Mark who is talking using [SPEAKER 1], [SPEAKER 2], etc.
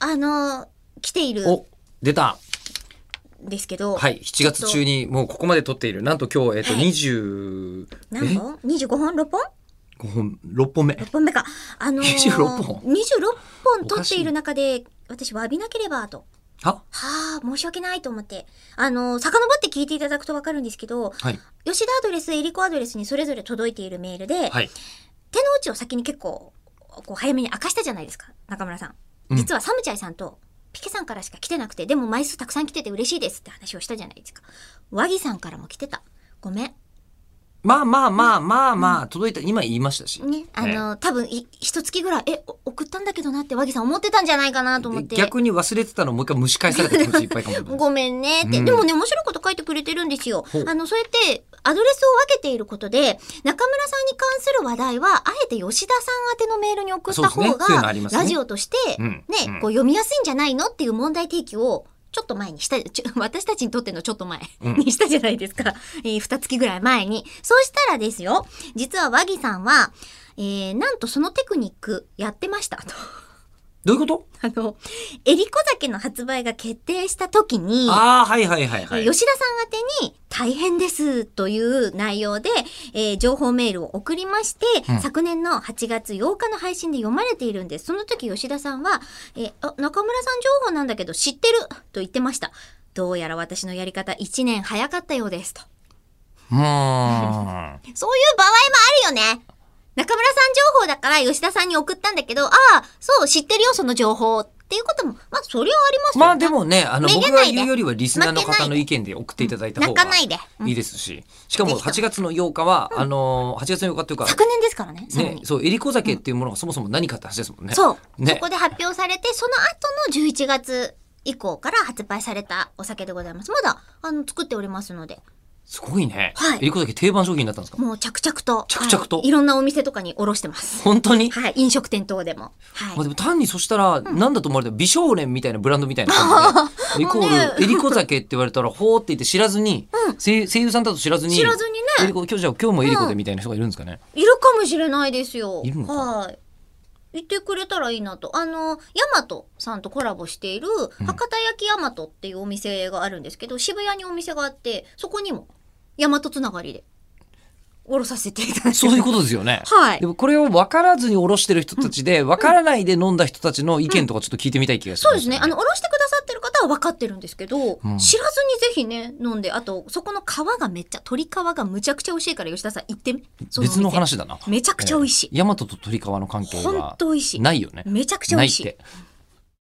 [SPEAKER 1] あの、来ているん
[SPEAKER 2] お、出た。
[SPEAKER 1] ですけど、
[SPEAKER 2] はい。7月中にもうここまで撮っている。なんと今日、えっと、25
[SPEAKER 1] 何本 ?25 本 ?6 本
[SPEAKER 2] 本、6本目。
[SPEAKER 1] ?6 本目か。あのー、
[SPEAKER 2] 26本
[SPEAKER 1] 26本撮っている中で、私は詫びなければと。
[SPEAKER 2] は
[SPEAKER 1] はあ、申し訳ないと思って。あのー、遡って聞いていただくとわかるんですけど、
[SPEAKER 2] はい。
[SPEAKER 1] 吉田アドレス、エリコアドレスにそれぞれ届いているメールで、
[SPEAKER 2] はい。
[SPEAKER 1] 手の内を先に結構こう早めに明かしたじゃないですか中村さん
[SPEAKER 2] うん
[SPEAKER 1] 実はサムチャイさんとピケさんからしか来てなくてでも枚数たくさん来てて嬉しいですって話をしたじゃないですか和木さんからも来てたごめん
[SPEAKER 2] まあまあまあまあまあ、届いた、今言いましたし。
[SPEAKER 1] ねあの多分い一月ぐらいえお送ったんだけどなって和木さん思ってたんじゃないかなと思って
[SPEAKER 2] 逆に忘れてたのもう一回蒸し返された気持ちいっぱいかもしれない。
[SPEAKER 1] ごめんねって、
[SPEAKER 2] うん
[SPEAKER 1] でもね面白いこと書いてくれてるんですよ
[SPEAKER 2] ほう
[SPEAKER 1] あのそうやってアドレスを分けていることで中村さんに関する話題はあえて吉田さん宛てのメールに送った
[SPEAKER 2] そうで
[SPEAKER 1] 方
[SPEAKER 2] すねそういうのあ
[SPEAKER 1] が、
[SPEAKER 2] りますね
[SPEAKER 1] ラジオとして
[SPEAKER 2] うん
[SPEAKER 1] ね、
[SPEAKER 2] うん
[SPEAKER 1] こう読みやすいんじゃないのっていう問題提起をちょっと前にしたち ょ私たちにとってのちょっと前
[SPEAKER 2] うん
[SPEAKER 1] にしたじゃないですか、 えー、2月ぐらい前にそうしたらですよ実は和木さんは、えーなんとそのテクニックやってましたと
[SPEAKER 2] どういうこと
[SPEAKER 1] あのえりこ酒の発売が決定した時に
[SPEAKER 2] ああ、はいはいはいはい。
[SPEAKER 1] 吉田さん宛てに大変ですという内容で、えー情報メールを送りまして、
[SPEAKER 2] うん
[SPEAKER 1] 昨年の8月8日の配信で読まれているんです。その時吉田さんは、えーあ中村さん情報なんだけど知ってると言ってました。どうやら私のやり方1年早かったようですと。
[SPEAKER 2] う
[SPEAKER 1] そうい
[SPEAKER 2] ーん。
[SPEAKER 1] う場合もあるよね。中村さん情報だから吉田さんに送ったんだけど、ああ、そう、知ってるよ、その情報。っていうことも、まあ、それはありますよね。
[SPEAKER 2] まあでもね、あの、
[SPEAKER 1] め
[SPEAKER 2] 僕
[SPEAKER 1] げ
[SPEAKER 2] が
[SPEAKER 1] ないで
[SPEAKER 2] 言うよりはリスナーの方の意見で送っていただいた方
[SPEAKER 1] 泣
[SPEAKER 2] が
[SPEAKER 1] かないで。うん
[SPEAKER 2] いいですし、しかも
[SPEAKER 1] ぜひと
[SPEAKER 2] 8月の8日は、あのー、8月の8日っていうか、
[SPEAKER 1] 昨年ですからね、さら
[SPEAKER 2] ね
[SPEAKER 1] に、。
[SPEAKER 2] そう、えりこ酒っていうものがそもそも何かって話ですもんね。
[SPEAKER 1] そう、
[SPEAKER 2] ね
[SPEAKER 1] そこで発表されてその後の11月以降から発売されたお酒でございますまだあの作っておりますのです
[SPEAKER 2] ごいね。
[SPEAKER 1] はい
[SPEAKER 2] えりこ酒定番商品になったんですか
[SPEAKER 1] もう着々と
[SPEAKER 2] 着々と
[SPEAKER 1] はい、いろんなお店とかに卸してます
[SPEAKER 2] 本当に
[SPEAKER 1] はい飲食店等でもはい
[SPEAKER 2] まあ、でも単にそしたら、なんだと思われたら美少年みたいなブランドみたいな感じ で、イコール、えりこ酒って言われたら、ほーって言って知らずに、声声優さんだと知らずに、
[SPEAKER 1] 知らずにね
[SPEAKER 2] えりこ、今日じゃあ今日もえりこでみたいな人がいるんですかね。
[SPEAKER 1] いるかもしれないですよ
[SPEAKER 2] いるのか
[SPEAKER 1] はい言ってくれたらいいなとあのヤマトさんとコラボしている
[SPEAKER 2] ん
[SPEAKER 1] 博多焼きヤマトっていうお店があるんですけど、渋谷にお店があってそこにもヤマトつながりで卸させていただいてます
[SPEAKER 2] そういうことですよね。
[SPEAKER 1] はい
[SPEAKER 2] でもこれを分からずにおろしてる人たちで、分からないで飲んだ人たちの意見とかちょっと聞いてみたい気がし
[SPEAKER 1] そ
[SPEAKER 2] ます、
[SPEAKER 1] うですね。あの、おろしてくださってる方は分かってるんですけど、
[SPEAKER 2] うん
[SPEAKER 1] 知らずにぜひね、飲んで、あと、そこの皮がめっちゃ、鶏皮がむちゃくちゃ美味しいから、吉田さん行ってみ。そお店
[SPEAKER 2] 別の。話だな。
[SPEAKER 1] めちゃくちゃ美味しい。
[SPEAKER 2] えー大和と鳥川の関係
[SPEAKER 1] ほん
[SPEAKER 2] は
[SPEAKER 1] と美味しい。
[SPEAKER 2] ないよね。
[SPEAKER 1] めちゃくちゃ美味しい。
[SPEAKER 2] ないって